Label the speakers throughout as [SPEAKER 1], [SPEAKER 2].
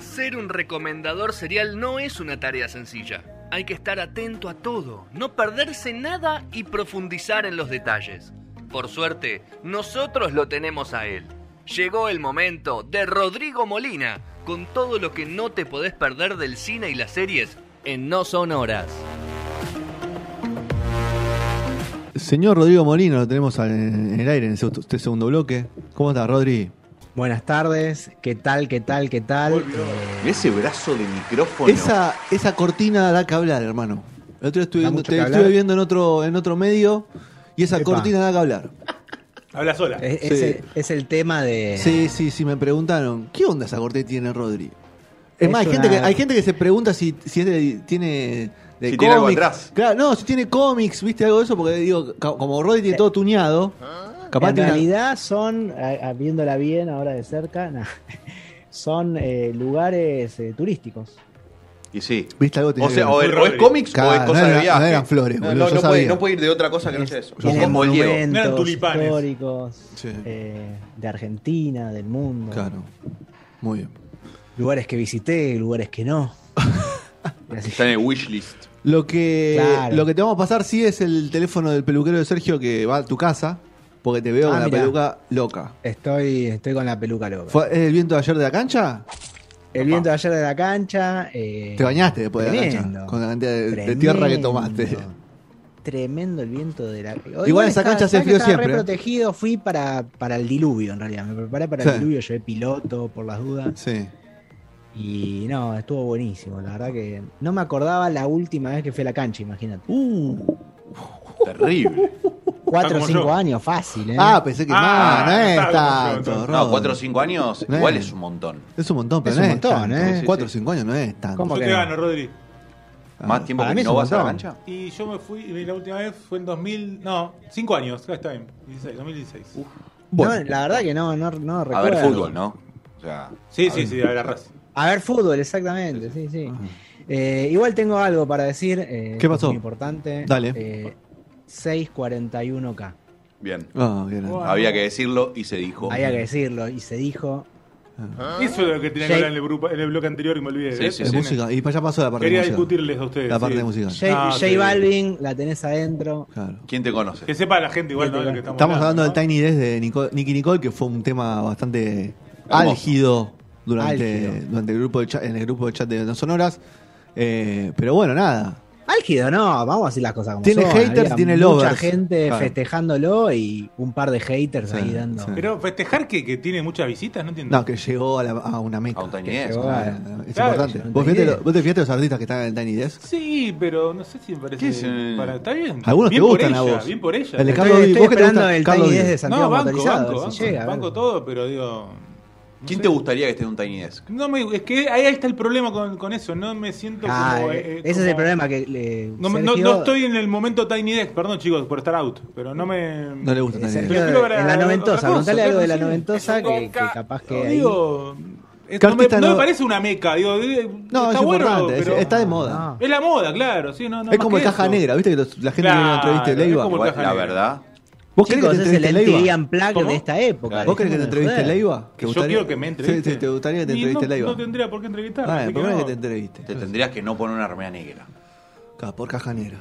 [SPEAKER 1] ser un recomendador serial no es una tarea sencilla. Hay que estar atento a todo, no perderse nada y profundizar en los detalles. Por suerte, nosotros lo tenemos a él. Llegó el momento de Rodrigo Molina, con todo lo que no te podés perder del cine y las series en No Son Horas.
[SPEAKER 2] Señor Rodrigo Molino, lo tenemos al- en el aire en este este segundo bloque. ¿Cómo estás, Rodri?
[SPEAKER 3] Buenas tardes, ¿qué tal, qué tal, qué tal?
[SPEAKER 4] Ese brazo de micrófono.
[SPEAKER 2] Esa, esa cortina da que hablar, hermano. El otro día estuve
[SPEAKER 3] Da
[SPEAKER 2] viendo,
[SPEAKER 3] mucho
[SPEAKER 2] te
[SPEAKER 3] que hablar.
[SPEAKER 2] estuve viendo en otro, en otro medio y esa
[SPEAKER 3] Epa.
[SPEAKER 2] cortina da que hablar.
[SPEAKER 5] Habla sola.
[SPEAKER 3] Es,
[SPEAKER 2] Sí.
[SPEAKER 3] es el, es el tema de...
[SPEAKER 2] Sí, sí, sí, me preguntaron, ¿qué onda esa corte tiene Rodri? Es
[SPEAKER 3] Es
[SPEAKER 2] más, hay,
[SPEAKER 3] una-
[SPEAKER 2] gente que, hay gente que se pregunta si, si es de- tiene... De
[SPEAKER 4] Si tiene algo
[SPEAKER 2] cómics.
[SPEAKER 4] atrás.
[SPEAKER 2] Claro, no, si tiene cómics, viste algo de eso, porque digo, ca- como Rodri tiene todo tuñado, capaz
[SPEAKER 3] Eh. en
[SPEAKER 2] tiene una-
[SPEAKER 3] realidad son, a- a- viéndola bien ahora de cerca, nah, son eh, lugares eh, turísticos.
[SPEAKER 4] Y sí.
[SPEAKER 2] viste algo tenía
[SPEAKER 4] O sea,
[SPEAKER 2] que ver.
[SPEAKER 4] o,
[SPEAKER 5] Muy
[SPEAKER 4] es- o es
[SPEAKER 5] Rodri.
[SPEAKER 4] cómics
[SPEAKER 2] Claro,
[SPEAKER 4] o es cosa
[SPEAKER 2] no era-
[SPEAKER 4] de viaje.
[SPEAKER 2] no eran flores,
[SPEAKER 4] No,
[SPEAKER 2] boludo,
[SPEAKER 4] no,
[SPEAKER 2] yo
[SPEAKER 4] no puede,
[SPEAKER 2] sabía.
[SPEAKER 4] no puede ir de otra cosa que no sea eso.
[SPEAKER 2] Yo
[SPEAKER 3] Tienen
[SPEAKER 4] Como el Diego.
[SPEAKER 5] No eran
[SPEAKER 3] monumentos
[SPEAKER 5] tulipanes.
[SPEAKER 3] históricos
[SPEAKER 2] Sí.
[SPEAKER 3] eh, de Argentina, del mundo.
[SPEAKER 2] Claro, muy bien.
[SPEAKER 3] Lugares que visité, lugares que no. Y así.
[SPEAKER 4] Está en el wishlist.
[SPEAKER 2] Lo que,
[SPEAKER 3] Claro.
[SPEAKER 2] lo que te vamos a pasar sí es el teléfono del peluquero de Sergio que va a tu casa, porque te veo
[SPEAKER 3] Ah,
[SPEAKER 2] con la
[SPEAKER 3] mirá.
[SPEAKER 2] peluca loca.
[SPEAKER 3] Estoy, estoy con la peluca loca.
[SPEAKER 2] ¿Fue ¿Es el viento de ayer de la cancha?
[SPEAKER 3] el viento de ayer de la cancha. eh,
[SPEAKER 2] Te bañaste después de la
[SPEAKER 3] tremendo.
[SPEAKER 2] cancha, con la cantidad de, de
[SPEAKER 3] Tremendo.
[SPEAKER 2] tierra que tomaste.
[SPEAKER 3] Tremendo el viento de la. Igual,
[SPEAKER 2] esa cancha hace
[SPEAKER 3] sabés que
[SPEAKER 2] frío
[SPEAKER 3] estaba re
[SPEAKER 2] siempre, ¿eh?
[SPEAKER 3] protegido, fui para, para el diluvio en realidad. Me preparé para
[SPEAKER 2] Sí.
[SPEAKER 3] el diluvio, llevé piloto por las dudas.
[SPEAKER 2] Sí.
[SPEAKER 3] Y no, estuvo buenísimo. La verdad que no me acordaba la última vez que fui a la cancha, imagínate.
[SPEAKER 4] Uh, Terrible.
[SPEAKER 3] Cuatro o
[SPEAKER 5] como
[SPEAKER 3] cinco
[SPEAKER 5] yo.
[SPEAKER 3] años, fácil, ¿eh?
[SPEAKER 2] Ah, pensé que
[SPEAKER 5] Ah,
[SPEAKER 2] más, no es
[SPEAKER 5] está bien,
[SPEAKER 2] tanto.
[SPEAKER 5] entonces.
[SPEAKER 2] Rodo.
[SPEAKER 4] No, 4 o 5 años
[SPEAKER 2] No.
[SPEAKER 4] igual es un montón.
[SPEAKER 2] Es un montón, pero
[SPEAKER 3] Es
[SPEAKER 2] no
[SPEAKER 3] un
[SPEAKER 2] es
[SPEAKER 3] montón,
[SPEAKER 2] tanto.
[SPEAKER 3] ¿eh?
[SPEAKER 4] Sí, sí,
[SPEAKER 2] 4 o
[SPEAKER 4] sí.
[SPEAKER 2] 5 años no es tanto.
[SPEAKER 3] ¿Cómo
[SPEAKER 5] Yo te
[SPEAKER 3] que no?
[SPEAKER 5] gano, Rodri.
[SPEAKER 2] Ah,
[SPEAKER 4] Más tiempo
[SPEAKER 3] para mí
[SPEAKER 4] que
[SPEAKER 3] es
[SPEAKER 4] no
[SPEAKER 3] un
[SPEAKER 4] vas a la
[SPEAKER 3] montón.
[SPEAKER 4] cancha.
[SPEAKER 5] Y yo me fui, y la última vez fue en 2000, no, 5 años, acá está bien, 16, 2016.
[SPEAKER 2] Bueno.
[SPEAKER 3] No, la verdad que no, no, no
[SPEAKER 4] A
[SPEAKER 3] recuerdo.
[SPEAKER 4] ver fútbol, ¿no? O sea,
[SPEAKER 5] sí, sí, sí, a la raza.
[SPEAKER 3] A ver fútbol, exactamente, sí, sí. Eh, igual tengo algo para decir. eh,
[SPEAKER 2] ¿Qué
[SPEAKER 3] que
[SPEAKER 2] pasó?
[SPEAKER 3] Es muy importante.
[SPEAKER 2] Dale.
[SPEAKER 3] Eh, 641K.
[SPEAKER 4] bien.
[SPEAKER 2] Ah, bien.
[SPEAKER 5] Bueno.
[SPEAKER 4] Había que decirlo y se dijo.
[SPEAKER 3] Había que decirlo y se dijo.
[SPEAKER 5] Eso es lo que tenía
[SPEAKER 3] Jake-
[SPEAKER 5] que hablar en el, grupo, en el bloque anterior y me olvidé.
[SPEAKER 4] Sí,
[SPEAKER 5] ¿eh?
[SPEAKER 4] sí,
[SPEAKER 2] Es
[SPEAKER 4] sí.
[SPEAKER 2] música. Y para allá pasó la parte
[SPEAKER 5] Quería
[SPEAKER 2] musical.
[SPEAKER 5] discutirles a ustedes.
[SPEAKER 2] La parte
[SPEAKER 5] sí.
[SPEAKER 2] musical.
[SPEAKER 3] J,
[SPEAKER 5] Ah,
[SPEAKER 3] J
[SPEAKER 5] sí.
[SPEAKER 3] Balvin, la tenés adentro.
[SPEAKER 2] Claro.
[SPEAKER 4] ¿Quién te conoce?
[SPEAKER 5] Que sepa la gente igual, ¿no? De lo que estamos,
[SPEAKER 2] Estamos hablando del
[SPEAKER 5] ¿no?
[SPEAKER 2] Tiny Desk de Nico- Nicky Nicole, que fue un tema bastante
[SPEAKER 4] Hermoso.
[SPEAKER 2] álgido durante,
[SPEAKER 3] Álgido.
[SPEAKER 2] durante el grupo de chat, en el grupo de chat de No Sonoras. Eh, pero bueno, nada.
[SPEAKER 3] Álgido, no, vamos a decir las cosas como
[SPEAKER 2] Tiene
[SPEAKER 3] son.
[SPEAKER 2] haters,
[SPEAKER 3] Había
[SPEAKER 2] tiene
[SPEAKER 3] Mucha
[SPEAKER 2] lovers.
[SPEAKER 3] gente
[SPEAKER 2] Claro.
[SPEAKER 3] festejándolo y un par de haters
[SPEAKER 2] Sí,
[SPEAKER 3] ahí dando.
[SPEAKER 2] sí.
[SPEAKER 5] Pero festejar que, que tiene muchas visitas, no entiendo.
[SPEAKER 2] No, que llegó a, la- a una meca.
[SPEAKER 4] A un Tiny
[SPEAKER 3] Que
[SPEAKER 4] Desk.
[SPEAKER 3] llegó
[SPEAKER 2] Ah,
[SPEAKER 3] a-
[SPEAKER 2] es
[SPEAKER 5] Claro,
[SPEAKER 2] importante.
[SPEAKER 3] yo no
[SPEAKER 2] ¿Vos,
[SPEAKER 3] tenía
[SPEAKER 2] fíjate
[SPEAKER 3] idea.
[SPEAKER 2] lo- ¿Vos te fijaste los artistas que están en el Tiny Desk?
[SPEAKER 5] Sí, pero no sé si me
[SPEAKER 4] ¿Qué
[SPEAKER 5] parece.
[SPEAKER 4] es, eh?
[SPEAKER 5] para- está bien.
[SPEAKER 2] Algunos te
[SPEAKER 5] bien por
[SPEAKER 2] gustan a
[SPEAKER 5] ella,
[SPEAKER 2] vos.
[SPEAKER 5] Bien por ella.
[SPEAKER 2] El de
[SPEAKER 3] Estoy,
[SPEAKER 2] Carlos Vives.
[SPEAKER 3] estoy
[SPEAKER 2] ¿Vos qué te
[SPEAKER 3] esperando
[SPEAKER 2] gusta?
[SPEAKER 3] el
[SPEAKER 2] Carlos
[SPEAKER 3] Tiny Desk
[SPEAKER 2] Vives.
[SPEAKER 3] de Santiago
[SPEAKER 5] no, banco,
[SPEAKER 3] Motorizado,
[SPEAKER 5] banco,
[SPEAKER 3] si
[SPEAKER 5] banco,
[SPEAKER 3] llega, a ver.
[SPEAKER 5] banco todo, pero digo. no
[SPEAKER 4] ¿Quién
[SPEAKER 5] sé.
[SPEAKER 4] te gustaría que esté en un Tiny Desk?
[SPEAKER 5] No me, es que ahí ahí está el problema con, con eso. No me siento
[SPEAKER 3] Ah,
[SPEAKER 5] como.
[SPEAKER 3] eh,
[SPEAKER 5] eh,
[SPEAKER 3] ese es el
[SPEAKER 5] como-
[SPEAKER 3] problema que le-
[SPEAKER 5] No, me- no-
[SPEAKER 3] Sergio-
[SPEAKER 5] no estoy en el momento Tiny Desk, perdón chicos por estar out, pero no me.
[SPEAKER 2] No le gusta
[SPEAKER 3] Eh,
[SPEAKER 2] Tiny
[SPEAKER 3] Sergio,
[SPEAKER 2] Desk.
[SPEAKER 5] Prefiero ver
[SPEAKER 3] en la
[SPEAKER 5] a- otra
[SPEAKER 3] noventosa,
[SPEAKER 5] cosa,
[SPEAKER 3] contale
[SPEAKER 5] claro,
[SPEAKER 3] algo de la
[SPEAKER 5] sí.
[SPEAKER 3] noventosa que, que capaz
[SPEAKER 5] No,
[SPEAKER 3] que ahí-
[SPEAKER 5] digo, es-
[SPEAKER 2] ¿Qué
[SPEAKER 5] no, me,
[SPEAKER 2] artista
[SPEAKER 5] no me
[SPEAKER 2] no-
[SPEAKER 5] parece una meca, digo, eh,
[SPEAKER 2] No,
[SPEAKER 5] está
[SPEAKER 2] es
[SPEAKER 5] bueno,
[SPEAKER 2] importante. es-
[SPEAKER 5] pero-
[SPEAKER 2] está de moda.
[SPEAKER 3] No.
[SPEAKER 5] Es la moda, claro, sí, no, no
[SPEAKER 2] es
[SPEAKER 5] más
[SPEAKER 2] como
[SPEAKER 5] que
[SPEAKER 2] el caja
[SPEAKER 5] eso.
[SPEAKER 2] negra. ¿Viste que los- la gente viene a la
[SPEAKER 5] Claro,
[SPEAKER 2] entrevista de
[SPEAKER 5] es
[SPEAKER 2] Leiva?
[SPEAKER 5] como-
[SPEAKER 4] Igual,
[SPEAKER 5] Caja
[SPEAKER 4] la
[SPEAKER 5] Negra.
[SPEAKER 4] verdad.
[SPEAKER 2] ¿Vos querés que
[SPEAKER 3] Chicos,
[SPEAKER 2] te
[SPEAKER 3] ese es
[SPEAKER 2] entreviste
[SPEAKER 3] el
[SPEAKER 2] Leiva?
[SPEAKER 3] MTV Unplugged
[SPEAKER 5] ¿Cómo?
[SPEAKER 3] de esta época.
[SPEAKER 2] ¿Vos querés que te
[SPEAKER 3] dejémonos de
[SPEAKER 2] entreviste
[SPEAKER 3] joder.
[SPEAKER 2] Leiva? ¿Te
[SPEAKER 5] Que yo
[SPEAKER 2] gustaría-
[SPEAKER 5] quiero que me entreviste.
[SPEAKER 2] Sí, sí, ¿Te gustaría que te
[SPEAKER 5] Y no-
[SPEAKER 2] entreviste
[SPEAKER 5] No
[SPEAKER 2] Leiva?
[SPEAKER 5] tendría por qué entrevistar.
[SPEAKER 2] Ah,
[SPEAKER 5] así
[SPEAKER 2] el
[SPEAKER 5] que
[SPEAKER 2] problema es que
[SPEAKER 5] no.
[SPEAKER 2] te entreviste.
[SPEAKER 4] Te tendrías que no poner una remera negra.
[SPEAKER 2] Claro, Por caja negra.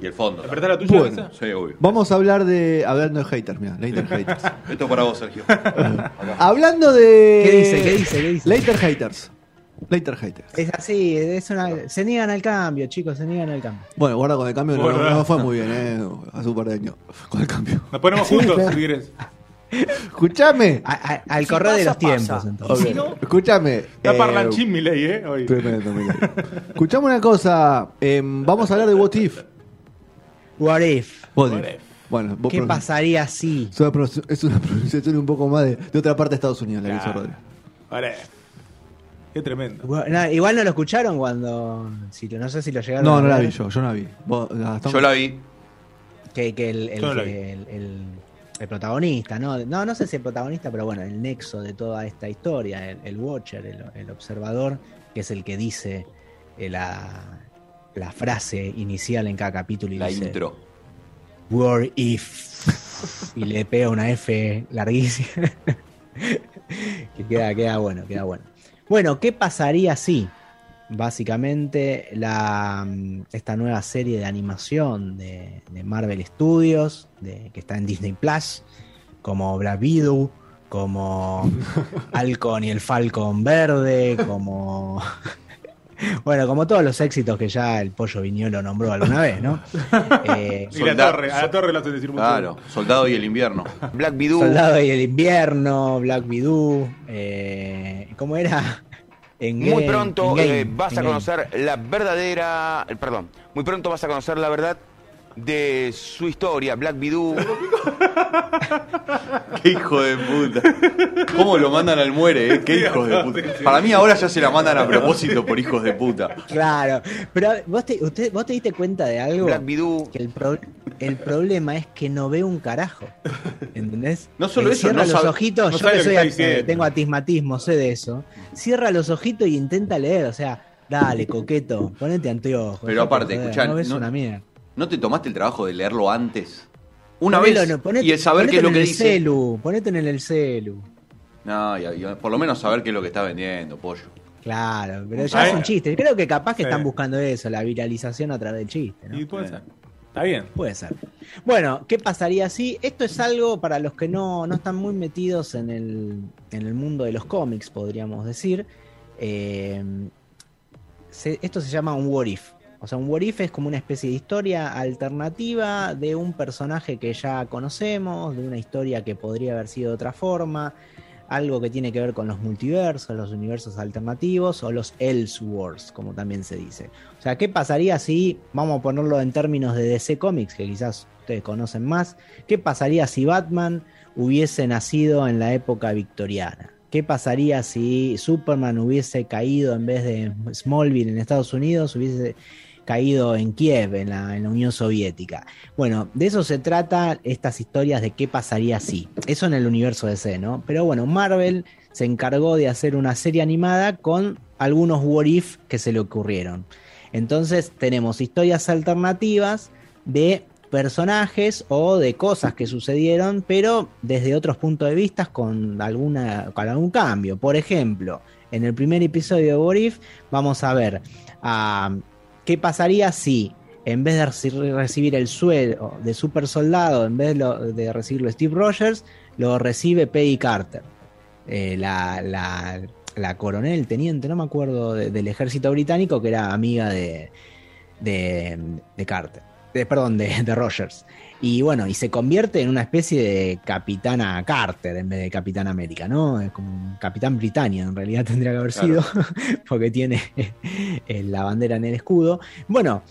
[SPEAKER 4] Y el fondo.
[SPEAKER 5] ¿Apretá la tuya?
[SPEAKER 2] Bueno.
[SPEAKER 5] esa?
[SPEAKER 4] Sí, obvio.
[SPEAKER 2] Vamos a hablar de. Hablando de haters, mira, later haters.
[SPEAKER 4] Esto es para vos, Sergio. Acá.
[SPEAKER 2] hablando de.
[SPEAKER 3] ¿Qué dice? ¿Qué dice? ¿Qué dice?
[SPEAKER 2] Later haters. Later haters.
[SPEAKER 3] Es así, es una, se niegan al cambio, chicos, se niegan al cambio.
[SPEAKER 2] Bueno, guarda con el cambio, no,
[SPEAKER 5] Guarda.
[SPEAKER 2] no fue muy bien, ¿eh? Hace un par de años. Con el cambio.
[SPEAKER 5] Nos ponemos juntos, si querés.
[SPEAKER 2] Escúchame.
[SPEAKER 3] A- a- al correr de los tiempos, entonces.
[SPEAKER 2] Ok, Escúchame.
[SPEAKER 5] Está
[SPEAKER 2] eh,
[SPEAKER 5] parlanchín mi ley, ¿eh? Hoy.
[SPEAKER 2] Tremendo, Milei. Escuchame una cosa. em, vamos a hablar de What If.
[SPEAKER 3] What if?
[SPEAKER 2] What
[SPEAKER 5] What
[SPEAKER 2] if.
[SPEAKER 5] if.
[SPEAKER 2] Bueno, vos
[SPEAKER 3] ¿Qué
[SPEAKER 2] pronun-
[SPEAKER 3] pasaría si?
[SPEAKER 2] Es una, pronun- es una pronunciación un poco más de, de otra parte de Estados Unidos, la que hizo
[SPEAKER 5] Claro.
[SPEAKER 2] Rodri.
[SPEAKER 5] Vale. Qué tremendo.
[SPEAKER 3] Bueno, no, igual no lo escucharon cuando. si lo- no sé si lo llegaron
[SPEAKER 2] No,
[SPEAKER 3] a
[SPEAKER 2] no la
[SPEAKER 3] ver,
[SPEAKER 2] vi yo, yo no la vi. Vos, Gastón,
[SPEAKER 4] Yo la vi.
[SPEAKER 3] Que, que el, el-
[SPEAKER 5] Yo no la vi.
[SPEAKER 3] el- el- el protagonista, ¿no? No, no sé si el protagonista, pero bueno, el nexo de toda esta historia, el, el Watcher, el, el observador, que es el que dice eh, la, la frase inicial en cada capítulo. Y
[SPEAKER 4] La
[SPEAKER 3] dice,
[SPEAKER 4] intro.
[SPEAKER 3] War If. Y le pega una F larguísima. Que Queda, queda bueno, queda bueno. Bueno, ¿qué pasaría si básicamente la, mm, esta nueva serie de animación de, de Marvel Studios, de, que está en Disney Plus, como Black Widow, como Halcón y el Falcon Verde, como... Bueno, como todos los éxitos que ya el pollo viñolo nombró alguna vez, ¿no? Eh,
[SPEAKER 5] Y la
[SPEAKER 4] Solda-
[SPEAKER 5] torre, a la torre lo hacen decir mucho.
[SPEAKER 4] Claro, Soldado y el Invierno. Black Widow.
[SPEAKER 3] Soldado y el invierno, Black Widow, eh, ¿cómo era? Endgame,
[SPEAKER 6] Muy pronto
[SPEAKER 3] Endgame,
[SPEAKER 6] eh, vas a
[SPEAKER 3] Endgame.
[SPEAKER 6] conocer la verdadera. eh, Perdón, muy pronto vas a conocer la verdad de su historia, Black Widow.
[SPEAKER 4] Qué hijo de puta. ¿Cómo lo mandan al muere, eh? Qué hijos de puta. Para mí ahora ya se la mandan a propósito por hijos de puta.
[SPEAKER 3] Claro, pero vos te, usted, vos te diste cuenta de algo.
[SPEAKER 6] Black Widow.
[SPEAKER 3] Que el, pro- el problema es que no veo un carajo. ¿Entendés?
[SPEAKER 4] No solo
[SPEAKER 3] Él
[SPEAKER 4] eso,
[SPEAKER 3] Cierra
[SPEAKER 4] no
[SPEAKER 3] los
[SPEAKER 4] sabe-
[SPEAKER 3] ojitos,
[SPEAKER 5] no
[SPEAKER 3] yo
[SPEAKER 5] sabe
[SPEAKER 3] que
[SPEAKER 5] lo que
[SPEAKER 3] soy
[SPEAKER 5] está
[SPEAKER 3] at-
[SPEAKER 5] diciendo.
[SPEAKER 3] tengo atismatismo, sé de eso. Cierra los ojitos y intenta leer, o sea, dale, coqueto, ponete anteojos.
[SPEAKER 4] Pero
[SPEAKER 3] dejate
[SPEAKER 4] aparte,
[SPEAKER 3] joder,
[SPEAKER 4] escuchá,
[SPEAKER 3] no ves
[SPEAKER 4] no-
[SPEAKER 3] una mierda.
[SPEAKER 4] ¿No te tomaste el trabajo de leerlo antes? Una
[SPEAKER 3] Ponelo,
[SPEAKER 4] vez
[SPEAKER 3] no, ponete-
[SPEAKER 4] y el saber
[SPEAKER 3] ponete
[SPEAKER 4] qué es lo
[SPEAKER 3] en
[SPEAKER 4] que
[SPEAKER 3] el
[SPEAKER 4] dice.
[SPEAKER 3] Celu, ponete en el celu.
[SPEAKER 4] No, y, y por lo menos saber qué es lo que está vendiendo, pollo.
[SPEAKER 3] Claro, pero
[SPEAKER 5] Ah,
[SPEAKER 3] ya es
[SPEAKER 5] eh.
[SPEAKER 3] un chiste. Creo que capaz que
[SPEAKER 5] Sí.
[SPEAKER 3] están buscando eso, la viralización a través del chiste. ¿no?
[SPEAKER 5] Y puede ser. Está bien.
[SPEAKER 3] Puede ser. Bueno, ¿qué pasaría si? Esto es algo para los que no, no están muy metidos en el, en el mundo de los cómics, podríamos decir. Eh, se- esto se llama un what if. O sea, un what if es como una especie de historia alternativa de un personaje que ya conocemos, de una historia que podría haber sido de otra forma, algo que tiene que ver con los multiversos, los universos alternativos o los Elseworlds, como también se dice. O sea, ¿qué pasaría si, vamos a ponerlo en términos de DC Comics, que quizás ustedes conocen más, ¿qué pasaría si Batman hubiese nacido en la época victoriana? ¿Qué pasaría si Superman hubiese caído en vez de Smallville en Estados Unidos, hubiese caído en Kiev, en la, en la Unión Soviética? Bueno, de eso se trata estas historias de qué pasaría si. Eso en el universo DC, ¿no? Pero bueno, Marvel se encargó de hacer una serie animada con algunos what if que se le ocurrieron. Entonces tenemos historias alternativas de personajes o de cosas que sucedieron, pero desde otros puntos de vista con, alguna, con algún cambio. Por ejemplo, en el primer episodio de Borif vamos a ver ah, qué pasaría si en vez de reci- recibir el sueldo de super soldado, en vez lo- de recibirlo Steve Rogers, lo recibe Peggy Carter eh, la, la- la coronel, teniente, no me acuerdo, de- del ejército británico que era amiga de, de, de Carter. De- perdón, de, de Rogers. Y bueno, y se convierte en una especie de capitana Carter en vez de capitán América, ¿no? Es como un capitán Britannia, en realidad tendría que haber
[SPEAKER 4] Claro.
[SPEAKER 3] sido, porque tiene eh, la bandera en el escudo. Bueno,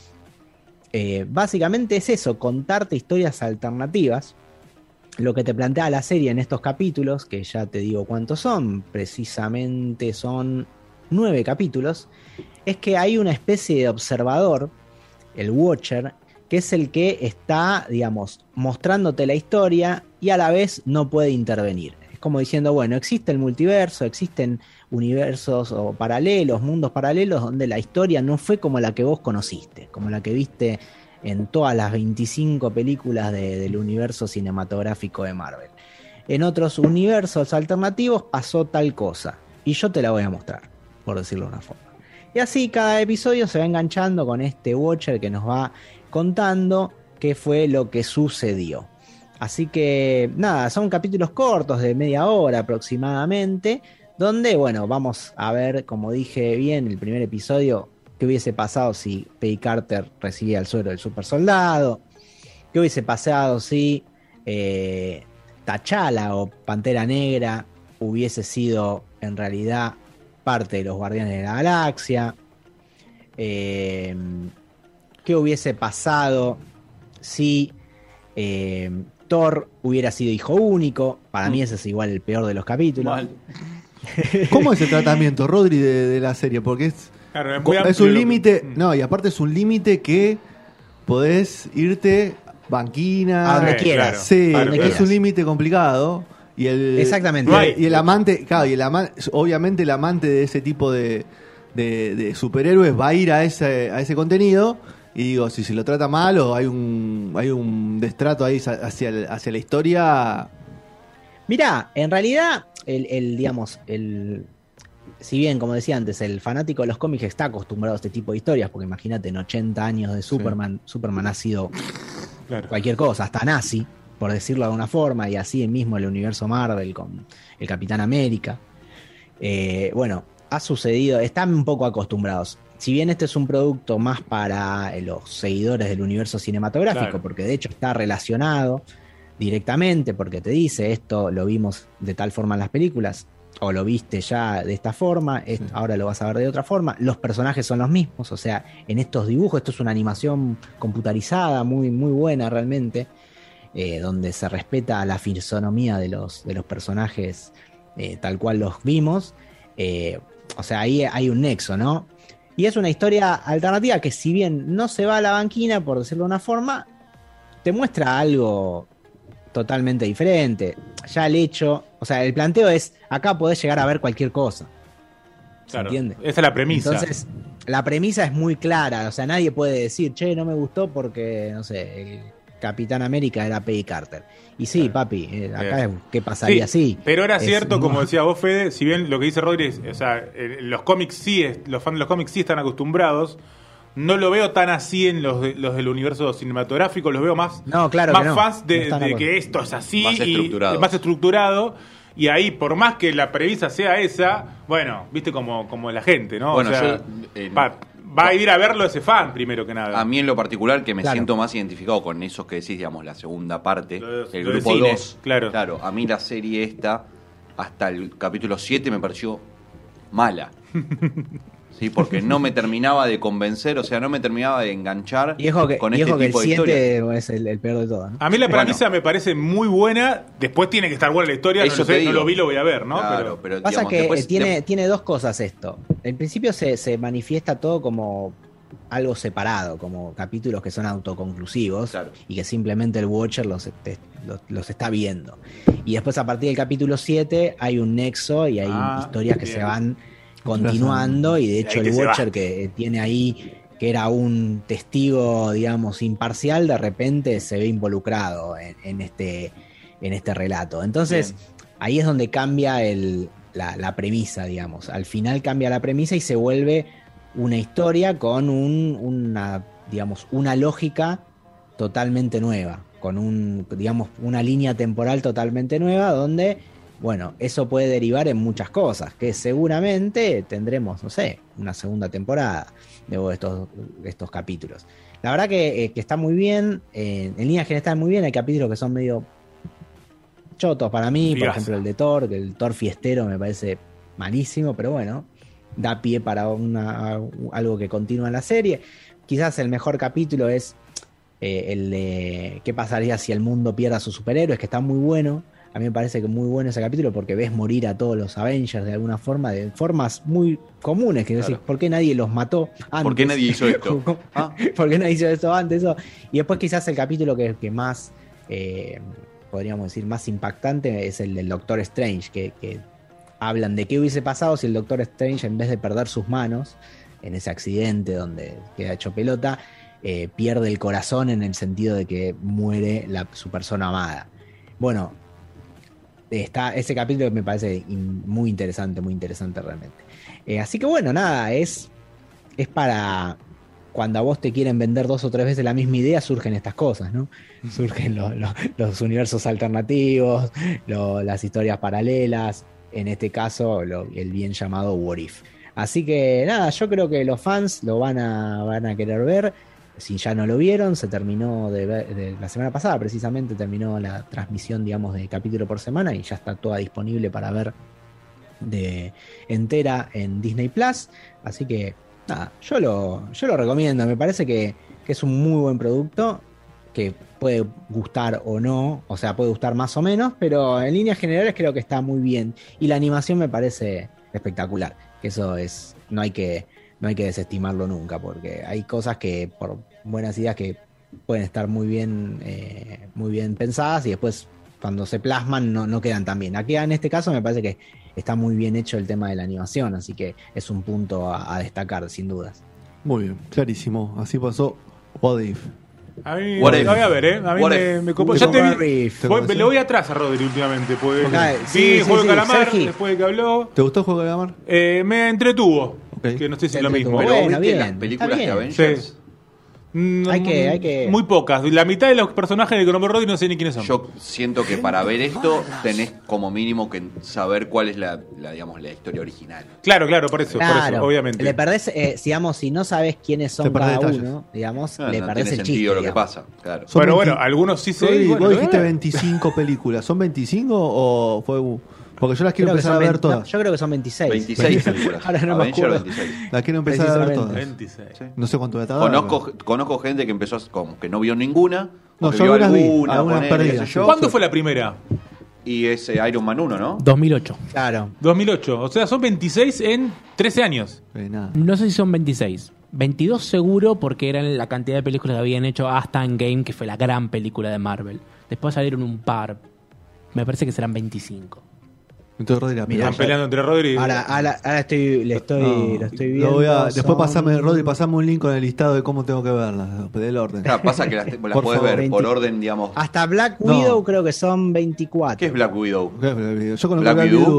[SPEAKER 3] eh, básicamente es eso, contarte historias alternativas lo que te plantea la serie en estos capítulos, que ya te digo cuántos son, precisamente son nueve capítulos, es que hay una especie de observador, el Watcher, que es el que está, digamos, mostrándote la historia y a la vez no puede intervenir. Es como diciendo, bueno, existe el multiverso, existen universos o paralelos, mundos paralelos, donde la historia no fue como la que vos conociste, como la que viste en todas las 25 películas de- del universo cinematográfico de Marvel. En otros universos alternativos pasó tal cosa, y yo te la voy a mostrar, por decirlo de una forma. Y así cada episodio se va enganchando con este Watcher que nos va contando qué fue lo que sucedió. Así que nada, son capítulos cortos de media hora aproximadamente, donde bueno, vamos a ver, como dije bien, el primer episodio, qué hubiese pasado si Peggy Carter recibía el suero del super soldado, qué hubiese pasado si eh, T'Challa o Pantera Negra hubiese sido en realidad parte de los Guardianes de la Galaxia, Eh, qué hubiese pasado si eh, Thor hubiera sido hijo único, para mí ese es igual el peor de los capítulos.
[SPEAKER 4] Mal.
[SPEAKER 2] ¿Cómo es el tratamiento, Rodri, de, de la serie? Porque es,
[SPEAKER 5] Claro, es,
[SPEAKER 2] es,
[SPEAKER 5] muy amplio
[SPEAKER 2] un
[SPEAKER 5] lo que-
[SPEAKER 2] límite.
[SPEAKER 5] Mm.
[SPEAKER 2] No, y aparte es un límite que podés irte banquina.
[SPEAKER 3] A donde
[SPEAKER 5] Eh,
[SPEAKER 3] quieras.
[SPEAKER 5] claro.
[SPEAKER 2] Ah, Sí,
[SPEAKER 5] A donde
[SPEAKER 2] es
[SPEAKER 3] quieras.
[SPEAKER 2] un límite complicado. Y el,
[SPEAKER 3] Exactamente.
[SPEAKER 2] y
[SPEAKER 5] No
[SPEAKER 2] el-
[SPEAKER 5] hay.
[SPEAKER 2] Y el amante, claro, y el ama- obviamente el amante de ese tipo de, de- de superhéroes va a ir a ese, a ese contenido. Y digo, si se lo trata mal o hay un, hay un destrato ahí sa- hacia, el- hacia la historia.
[SPEAKER 3] Mirá, en realidad, el, el, digamos, el. Si bien, como decía antes, el fanático de los cómics está acostumbrado a este tipo de historias, porque imagínate, en 80 años de Superman, Superman ha sido
[SPEAKER 5] Claro.
[SPEAKER 3] cualquier cosa, hasta nazi, por decirlo de alguna forma, y así mismo el universo Marvel con el Capitán América. Eh, bueno, ha sucedido, están un poco acostumbrados. Si bien este es un producto más para eh, los seguidores del universo cinematográfico,
[SPEAKER 5] Claro.
[SPEAKER 3] porque de hecho está relacionado directamente, porque te dice esto lo vimos de tal forma en las películas, o lo viste ya de esta forma, es- ahora lo vas a ver de otra forma. Los personajes son los mismos, o sea, en estos dibujos, esto es una animación computarizada, muy, muy buena realmente, eh, donde se respeta la fisonomía de los, de los personajes eh, tal cual los vimos. Eh, o sea, ahí hay un nexo, ¿no? Y es una historia alternativa que si bien no se va a la banquina, por decirlo de una forma, te muestra algo totalmente diferente. Ya el hecho, o sea, el planteo es, acá podés llegar a ver cualquier cosa. ¿Se
[SPEAKER 5] Claro.
[SPEAKER 3] entiende?
[SPEAKER 5] Esa es la premisa.
[SPEAKER 3] Entonces, la premisa es muy clara. O sea, nadie puede decir, che, no me gustó porque, no sé, el Capitán América era Peggy Carter. Y sí, papi, eh, acá
[SPEAKER 5] Eh.
[SPEAKER 3] es qué pasaría así.
[SPEAKER 5] Pero era
[SPEAKER 3] Es
[SPEAKER 5] cierto, como
[SPEAKER 3] muy-
[SPEAKER 5] decía vos, Fede, si bien lo que dice Rodri es, o sea, eh, los cómics sí, es- los fans de los cómics sí están acostumbrados. No lo veo tan así en los, de- los del universo cinematográfico, los veo más,
[SPEAKER 3] No, claro
[SPEAKER 5] más
[SPEAKER 3] que no.
[SPEAKER 5] fans
[SPEAKER 3] No
[SPEAKER 5] de,
[SPEAKER 3] están
[SPEAKER 5] de
[SPEAKER 3] acostumbrados.
[SPEAKER 5] que esto es así
[SPEAKER 4] Más
[SPEAKER 5] y
[SPEAKER 4] estructurado.
[SPEAKER 5] más estructurado. Y ahí, por más que la premisa sea esa, bueno, viste como, como la gente, ¿no?
[SPEAKER 4] Bueno,
[SPEAKER 5] o sea,
[SPEAKER 4] yo, eh,
[SPEAKER 5] va, va a ir a verlo ese fan primero que nada.
[SPEAKER 4] A mí en lo particular que me
[SPEAKER 3] Claro.
[SPEAKER 4] siento más identificado con esos que decís, digamos, la segunda parte,
[SPEAKER 5] Lo de-
[SPEAKER 4] el
[SPEAKER 5] lo de
[SPEAKER 4] grupo
[SPEAKER 5] cine,
[SPEAKER 4] 2.
[SPEAKER 5] claro.
[SPEAKER 4] A mí la serie esta, hasta el capítulo 7 me pareció mala. Sí, porque no me terminaba de convencer, o sea, no me terminaba de enganchar
[SPEAKER 3] Viejo que,
[SPEAKER 4] con este
[SPEAKER 3] viejo que el
[SPEAKER 4] tipo de historia. Ah,
[SPEAKER 3] 7 es el, el peor de todos. ¿no?
[SPEAKER 5] A mí la
[SPEAKER 4] Bueno.
[SPEAKER 5] premisa me parece muy buena. Después tiene que estar buena la historia. No,
[SPEAKER 4] Eso
[SPEAKER 5] lo
[SPEAKER 4] te
[SPEAKER 5] sé, no
[SPEAKER 4] digo.
[SPEAKER 5] lo vi, lo voy a ver, ¿no?
[SPEAKER 4] Claro, pero,
[SPEAKER 3] Pasa
[SPEAKER 4] digamos,
[SPEAKER 3] que eh,
[SPEAKER 4] después-
[SPEAKER 3] tiene,
[SPEAKER 4] de-
[SPEAKER 3] tiene dos cosas esto. En principio se, se manifiesta todo como algo separado, como capítulos que son autoconclusivos
[SPEAKER 4] Claro.
[SPEAKER 3] y que simplemente el Watcher los, este- los, los está viendo. Y después a partir del capítulo 7 hay un nexo y hay
[SPEAKER 5] Ah,
[SPEAKER 3] historias que
[SPEAKER 5] bien.
[SPEAKER 3] se van continuando y de hecho
[SPEAKER 5] ahí que
[SPEAKER 3] el
[SPEAKER 5] se va.
[SPEAKER 3] Watcher que eh, tiene ahí que era un testigo, digamos, imparcial, de repente se ve involucrado en, en este, en este relato. Entonces, ahí es donde cambia el- la, la premisa, digamos. Al final cambia la premisa y se vuelve una historia con un- una, digamos, una lógica totalmente nueva, con un, digamos, una línea temporal totalmente nueva donde, bueno, eso puede derivar en muchas cosas, que seguramente tendremos, no sé, una segunda temporada de estos, de estos capítulos. La verdad que, eh, que está muy bien, eh, en líneas generales está muy bien, hay capítulos que son medio chotos para mí, por
[SPEAKER 5] Figasa.
[SPEAKER 3] ejemplo el de Thor, que el Thor fiestero me parece malísimo, pero bueno, da pie para una, algo que continúa en la serie. Quizás el mejor capítulo es eh, el de qué pasaría si el mundo pierde a sus superhéroes, que está muy bueno. A mí me parece que muy bueno ese capítulo porque ves morir a todos los Avengers de alguna forma, de formas muy comunes, que decís,
[SPEAKER 4] Claro.
[SPEAKER 3] ¿por qué nadie los mató antes?
[SPEAKER 4] ¿Por qué nadie hizo esto? Ah,
[SPEAKER 3] ¿Por qué no hizo eso antes? Eso. Y después quizás el capítulo que, que más, eh, podríamos decir, más impactante es el del Doctor Strange, que, que hablan de qué hubiese pasado si el Doctor Strange, en vez de perder sus manos en ese accidente donde queda hecho pelota, eh, pierde el corazón en el sentido de que muere la, su persona amada. Bueno, está ese capítulo que me parece in- muy interesante, muy interesante realmente. Eh, así que bueno, nada, es, es para cuando a vos te quieren vender dos o tres veces la misma idea, surgen estas cosas, ¿no? Surgen lo- lo- los universos alternativos, lo- las historias paralelas, en este caso lo- el bien llamado What If. Así que nada, yo creo que los fans lo van a, van a querer ver. Si ya no lo vieron, se terminó de, ver- de la semana pasada, precisamente terminó la transmisión, digamos, de capítulo por semana y ya está toda disponible para ver de entera en Disney Plus. Así que nada, yo lo, yo lo recomiendo. Me parece que, que es un muy buen producto que puede gustar o no, o sea, puede gustar más o menos, pero en líneas generales creo que está muy bien. Y la animación me parece espectacular. Que eso es, no hay que, no hay que desestimarlo nunca, porque hay cosas que, por buenas ideas que pueden estar muy bien, eh, muy bien pensadas y después cuando se plasman no, no quedan tan bien. Aquí en este caso me parece que está muy bien hecho el tema de la animación, así que es un punto a, a destacar, sin dudas.
[SPEAKER 2] Muy bien, clarísimo. Así pasó Odif.
[SPEAKER 5] A mí,
[SPEAKER 4] What if.
[SPEAKER 5] todavía a ver, ¿eh? A mí
[SPEAKER 4] What
[SPEAKER 5] me,
[SPEAKER 4] if.
[SPEAKER 5] me copó.
[SPEAKER 3] Me
[SPEAKER 5] Ya
[SPEAKER 3] copó
[SPEAKER 5] te
[SPEAKER 3] What
[SPEAKER 5] vi.
[SPEAKER 3] if, te
[SPEAKER 5] voy-
[SPEAKER 3] conocí.
[SPEAKER 5] le voy atrás a Rodri últimamente. Porque
[SPEAKER 3] Ok, sí,
[SPEAKER 5] sí,
[SPEAKER 3] sí,
[SPEAKER 5] Juego de
[SPEAKER 3] sí,
[SPEAKER 5] Calamar,
[SPEAKER 3] Sergi.
[SPEAKER 5] después de que habló.
[SPEAKER 2] ¿Te gustó el juego de Gamar?
[SPEAKER 5] eh, me entretuvo.
[SPEAKER 2] Ok.
[SPEAKER 5] Que no estoy
[SPEAKER 3] Te
[SPEAKER 5] diciendo lo mismo.
[SPEAKER 3] entretuvo.
[SPEAKER 4] Pero
[SPEAKER 3] Bueno,
[SPEAKER 4] ¿viste
[SPEAKER 3] bien,
[SPEAKER 4] las películas
[SPEAKER 3] está
[SPEAKER 4] de
[SPEAKER 3] bien.
[SPEAKER 4] Avengers.
[SPEAKER 5] Sí. Mm,
[SPEAKER 3] Hay que- hay que-
[SPEAKER 5] Muy pocas. La mitad de los personajes de Cromer Rodri no sé ni quiénes son.
[SPEAKER 4] Yo siento que para ver esto tenés como mínimo que saber cuál es la, la, digamos, la historia original.
[SPEAKER 5] Claro, claro, por eso, por
[SPEAKER 3] Claro,
[SPEAKER 5] eso obviamente.
[SPEAKER 3] Le perdés, eh, digamos, si no sabes quiénes
[SPEAKER 2] Te
[SPEAKER 3] son
[SPEAKER 2] perdés
[SPEAKER 3] cada
[SPEAKER 2] detalles.
[SPEAKER 3] uno, digamos,
[SPEAKER 4] No,
[SPEAKER 3] le
[SPEAKER 4] no
[SPEAKER 3] perdés
[SPEAKER 4] tiene
[SPEAKER 3] el
[SPEAKER 4] sentido
[SPEAKER 3] chiste.
[SPEAKER 4] lo que
[SPEAKER 3] digamos.
[SPEAKER 4] pasa, claro.
[SPEAKER 2] Son
[SPEAKER 5] Pero
[SPEAKER 2] 20
[SPEAKER 5] bueno, algunos sí se.
[SPEAKER 2] Rodri,
[SPEAKER 5] bueno,
[SPEAKER 2] vos
[SPEAKER 5] eh.
[SPEAKER 2] dijiste 25 películas. ¿Son 25 o fue.? u- Porque yo las quiero
[SPEAKER 3] Creo que
[SPEAKER 2] empezar
[SPEAKER 3] son
[SPEAKER 2] a ver
[SPEAKER 3] 20 no,
[SPEAKER 2] todas.
[SPEAKER 3] yo creo que son 26.
[SPEAKER 4] 26 películas.
[SPEAKER 3] Ahora no me
[SPEAKER 4] Avenger
[SPEAKER 3] acuerdo.
[SPEAKER 4] 26.
[SPEAKER 2] Las quiero empezar a ver
[SPEAKER 3] Precisamente.
[SPEAKER 2] todas.
[SPEAKER 5] 26.
[SPEAKER 2] Ah, No sé cuánto me tardaba.
[SPEAKER 4] Conozco, conozco gente que empezó como que no vio ninguna.
[SPEAKER 2] No,
[SPEAKER 4] o que
[SPEAKER 2] yo
[SPEAKER 4] vio
[SPEAKER 2] algunas vi, algunas
[SPEAKER 4] ponele,
[SPEAKER 2] perdidas.
[SPEAKER 4] qué sé yo.
[SPEAKER 5] ¿Cuándo fue la primera?
[SPEAKER 4] Y es eh, Iron Man 1, ¿no?
[SPEAKER 7] 2008.
[SPEAKER 3] Claro.
[SPEAKER 5] 2008. O sea, son 26 en 13 años.
[SPEAKER 2] Eh, nada.
[SPEAKER 7] No sé si son 26. 22 seguro porque eran la cantidad de películas que habían hecho hasta Endgame, que fue la gran película de Marvel. Después salieron un par. Me parece que serán 25.
[SPEAKER 2] Entonces, Rodri, la
[SPEAKER 3] Mirá,
[SPEAKER 5] Están
[SPEAKER 2] pegó.
[SPEAKER 3] yo-
[SPEAKER 5] peleando entre Rodri. y-
[SPEAKER 3] Ahora, ahora, ahora estoy, le estoy,
[SPEAKER 2] Eh, No,
[SPEAKER 3] lo estoy
[SPEAKER 2] lo
[SPEAKER 3] viendo.
[SPEAKER 2] voy a- después
[SPEAKER 3] son-
[SPEAKER 2] pasame, Rodri, pasame un link con el listado de cómo tengo que verlas. Del orden.
[SPEAKER 4] Claro, pasa que las, te- las
[SPEAKER 2] Por
[SPEAKER 4] podés
[SPEAKER 2] favor,
[SPEAKER 4] ver por
[SPEAKER 3] 20.
[SPEAKER 4] orden, digamos.
[SPEAKER 3] Hasta Black
[SPEAKER 2] No.
[SPEAKER 3] Widow creo que son 24.
[SPEAKER 4] ¿Qué es Black Widow?
[SPEAKER 2] Ok, pero Yo conozco
[SPEAKER 4] Black
[SPEAKER 2] Black
[SPEAKER 4] Widow.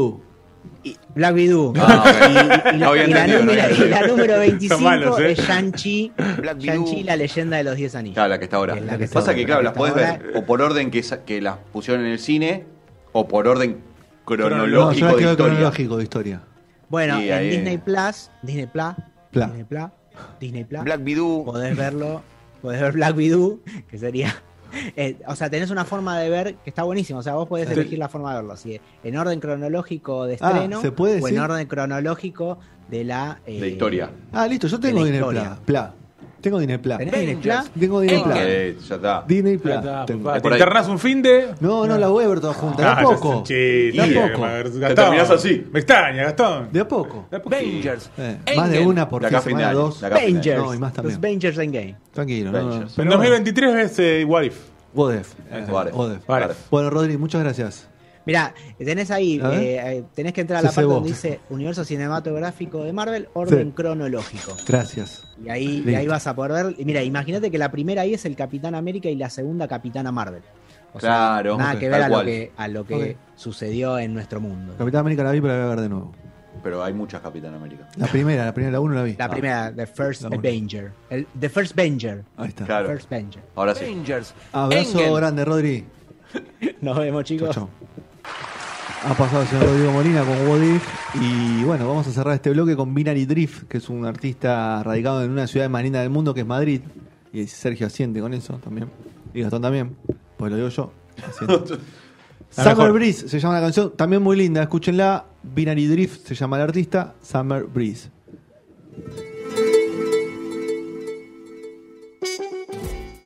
[SPEAKER 2] Widow.
[SPEAKER 3] Black Widow.
[SPEAKER 4] Ah, ok.
[SPEAKER 3] Y
[SPEAKER 4] No
[SPEAKER 3] la, y
[SPEAKER 4] había
[SPEAKER 3] la
[SPEAKER 4] entendido, no había
[SPEAKER 3] número, y la
[SPEAKER 4] entendido.
[SPEAKER 3] número 25
[SPEAKER 5] Son malos, ¿eh?
[SPEAKER 3] es Shang-Chi,
[SPEAKER 4] Black
[SPEAKER 3] Shang-chi,
[SPEAKER 4] Widow.
[SPEAKER 3] la leyenda de los 10 anillos.
[SPEAKER 4] Claro, la que está ahora.
[SPEAKER 3] Es la que está
[SPEAKER 4] Pasa
[SPEAKER 3] ahora,
[SPEAKER 4] que,
[SPEAKER 3] la
[SPEAKER 4] claro,
[SPEAKER 3] que
[SPEAKER 4] las
[SPEAKER 3] está
[SPEAKER 4] podés ver
[SPEAKER 3] ahora.
[SPEAKER 4] o por orden que, sa- que las pusieron en el cine o por orden
[SPEAKER 2] No, yo
[SPEAKER 4] cronológico
[SPEAKER 2] la
[SPEAKER 4] de
[SPEAKER 2] quiero
[SPEAKER 4] historia.
[SPEAKER 2] cronológico de historia.
[SPEAKER 3] Bueno,
[SPEAKER 4] Y
[SPEAKER 3] en
[SPEAKER 4] ahí-
[SPEAKER 3] Disney Plus, Disney Plus,
[SPEAKER 2] Pla.
[SPEAKER 3] Disney Plus, Disney Plus,
[SPEAKER 6] Black Widow.
[SPEAKER 3] podés verlo, podés ver Black Widow, que sería. eh, o sea, tenés una forma de ver que está buenísima. O sea, vos podés
[SPEAKER 5] Sí.
[SPEAKER 3] elegir la forma de verlo. así, en orden cronológico de
[SPEAKER 2] Ah,
[SPEAKER 3] estreno
[SPEAKER 2] ¿se puede
[SPEAKER 3] o en
[SPEAKER 2] decir?
[SPEAKER 3] orden cronológico de la. eh,
[SPEAKER 4] De historia.
[SPEAKER 2] Ah, listo, yo tengo
[SPEAKER 3] la
[SPEAKER 2] Disney
[SPEAKER 3] historia.
[SPEAKER 2] Plus. Pla. Tengo Disney Plus.
[SPEAKER 3] ¿Tenés Disney Plus? Ah,
[SPEAKER 2] Tengo Disney Plus.
[SPEAKER 4] Eh, ya está.
[SPEAKER 2] Disney Plus.
[SPEAKER 5] Ya está,
[SPEAKER 2] Tengo.
[SPEAKER 5] papá. Te
[SPEAKER 4] Por ahí.
[SPEAKER 5] internás un fin de.
[SPEAKER 2] No, no, la voy a ver todas juntas. De
[SPEAKER 5] Ah,
[SPEAKER 2] a poco.
[SPEAKER 5] ya sé,
[SPEAKER 2] De
[SPEAKER 5] chiste,
[SPEAKER 2] a poco.
[SPEAKER 5] Gastón.
[SPEAKER 4] terminás así.
[SPEAKER 5] Me extraña, Gastón.
[SPEAKER 2] De a poco.
[SPEAKER 5] De a poco.
[SPEAKER 6] Avengers.
[SPEAKER 2] Eh, más de
[SPEAKER 6] Endgame.
[SPEAKER 2] una por
[SPEAKER 4] De acá a fin de
[SPEAKER 2] semana,
[SPEAKER 4] año,
[SPEAKER 2] dos.
[SPEAKER 4] de acá a fin de año.
[SPEAKER 3] Avengers.
[SPEAKER 2] No, y más también.
[SPEAKER 3] Los Avengers Endgame.
[SPEAKER 2] Tranquilo, no, no, no.
[SPEAKER 4] Avengers.
[SPEAKER 5] En
[SPEAKER 2] Pero bueno,
[SPEAKER 5] 2023 ves eh, What If.
[SPEAKER 2] What if, eh,
[SPEAKER 4] What if.
[SPEAKER 2] what if.
[SPEAKER 5] Vale.
[SPEAKER 2] Bueno, Rodri, muchas gracias.
[SPEAKER 3] Mirá, tenés ahí,
[SPEAKER 2] A ver.
[SPEAKER 3] eh, eh, tenés que entrar a
[SPEAKER 2] Se
[SPEAKER 3] la parte
[SPEAKER 2] cebó.
[SPEAKER 3] donde dice Universo Cinematográfico de Marvel, orden
[SPEAKER 2] Sí.
[SPEAKER 3] cronológico.
[SPEAKER 2] Gracias.
[SPEAKER 3] Y ahí, y
[SPEAKER 2] Listo.
[SPEAKER 3] ahí vas a poder ver. y Mira, imagínate que la primera ahí es el Capitán América y la segunda Capitana Marvel. O sea,
[SPEAKER 4] Claro,
[SPEAKER 3] nada
[SPEAKER 4] ok,
[SPEAKER 3] que ver
[SPEAKER 4] tal
[SPEAKER 3] a lo
[SPEAKER 4] cual.
[SPEAKER 3] que, a lo que
[SPEAKER 2] Ok.
[SPEAKER 3] sucedió en nuestro mundo.
[SPEAKER 2] Capitán América la vi, pero la voy a ver de nuevo.
[SPEAKER 4] Pero hay muchas Capitán América.
[SPEAKER 2] La primera, la primera, la uno la vi.
[SPEAKER 3] La primera, The First
[SPEAKER 2] La una.
[SPEAKER 3] Avenger. El- the First Avenger.
[SPEAKER 2] Ah, Ahí está.
[SPEAKER 4] Claro.
[SPEAKER 3] First Avenger.
[SPEAKER 4] Ahora sí.
[SPEAKER 6] Avengers.
[SPEAKER 2] Abrazo
[SPEAKER 6] Engel.
[SPEAKER 2] grande, Rodri.
[SPEAKER 3] Nos vemos,
[SPEAKER 2] Chau,
[SPEAKER 3] chicos.
[SPEAKER 2] chau. Ha pasado el señor Rodrigo Molina con What If. Y bueno, vamos a cerrar este bloque con Binary Drift, que es un artista radicado en una ciudad más linda del mundo, que es Madrid. Y Sergio asiente con eso también. Y Gastón también, pues lo digo yo. Asiente.
[SPEAKER 5] La
[SPEAKER 2] Summer
[SPEAKER 5] mejor.
[SPEAKER 2] Breeze se llama la canción, también muy linda, escúchenla. Binary Drift se llama el artista, Summer Breeze.